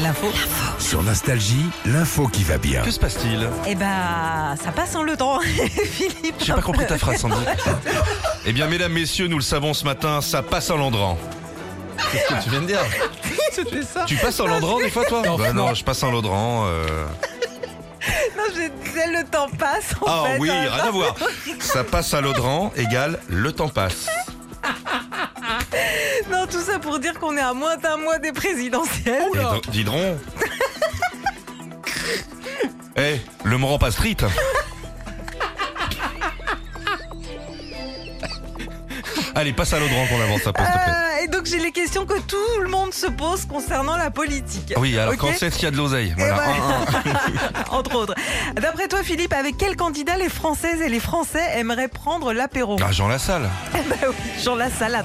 L'info. Sur Nostalgie, l'info qui va bien. Que se passe-t-il Eh ben, ça passe en le temps, Philippe. J'ai pas compris ta phrase, Sandy. eh bien, mesdames, messieurs, nous le savons ce matin, ça passe en l'endran. Qu'est-ce que tu viens de dire C'était ça. Tu passes en l'endran des fois, toi Non, Bah non. non, je passe en l'endran. euh. Non, je disais le temps passe. En Ah fait, oui, hein. rien à voir. Ça passe à l'Audran égale le temps passe. Non, tout ça pour dire qu'on est à moins d'un mois des présidentielles. Et do- Didron. Eh, le moran pas street. Allez, passe à l'Audran qu'on avance un peu, s'il te plaît. Euh, et donc j'ai les questions que tout le monde se pose concernant la politique. Oui, alors Ok quand c'est qu'il y a de l'oseille. Eh Ah Voilà. Ah, ben, entre autres. D'après toi, Philippe, avec quel candidat les Françaises et les Français aimeraient prendre l'apéro Ah, Jean Lassalle. Bah Ah. oui, Jean Lassalle à 39%.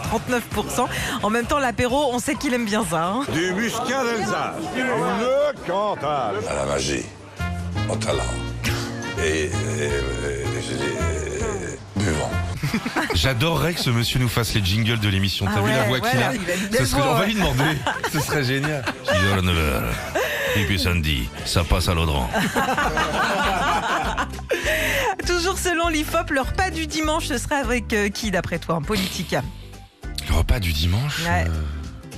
En même temps, l'apéro, on sait qu'il aime bien ça. hein. Du muscat d'Alsace. Le Cantal. à la magie, au talent. Et, et- et- je dis, euh, buvons. J'adorerais que ce monsieur nous fasse les jingles de l'émission. T'as Ah vu la ouais, voix qu'il ouais, a il va bien Ce serait- le voir, On va ouais. lui demander. Ce serait génial. 6h09. Et puis samedi, ça passe à l'Audran. Ah. Toujours selon l'IFOP, le repas du dimanche, ce sera avec euh, qui, d'après toi, en politique Euh, Le repas du dimanche Ouais. euh,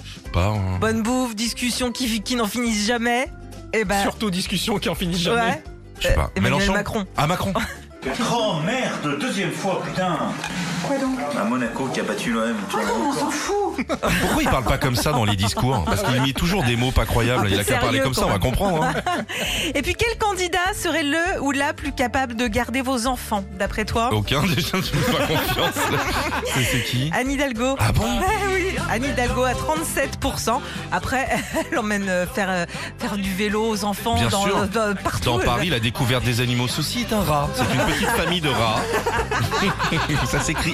je sais pas. hein. Bonne bouffe, discussion qui, qui n'en finissent jamais. Et ben, Surtout discussion qui en finit jamais. ouais. Je sais Euh, pas. Emmanuel Macron. Ah, Macron. Oh merde, deuxième fois, putain Quoi donc Ah À Monaco qui a battu l'OM. tu vois. Pourquoi il parle pas comme ça dans les discours Parce qu'il met toujours des mots pas croyables. Il a qu'à Sérieux, parler comme ça, quand on va même. comprendre. hein. Et puis, quel candidat serait le ou la plus capable de garder vos enfants, d'après toi Aucun déjà, tu me fais pas confiance. là. C'est- C'est qui Anne Hidalgo. Ah bon Ouais, oui, Anne Hidalgo à 37%. Après, elle emmène euh, faire, euh, faire du vélo aux enfants Bien dans, sûr. euh, dans- partout. Dans Paris, la découverte des animaux soucis est un rat. C'est une petite famille de rats. ça s'écrit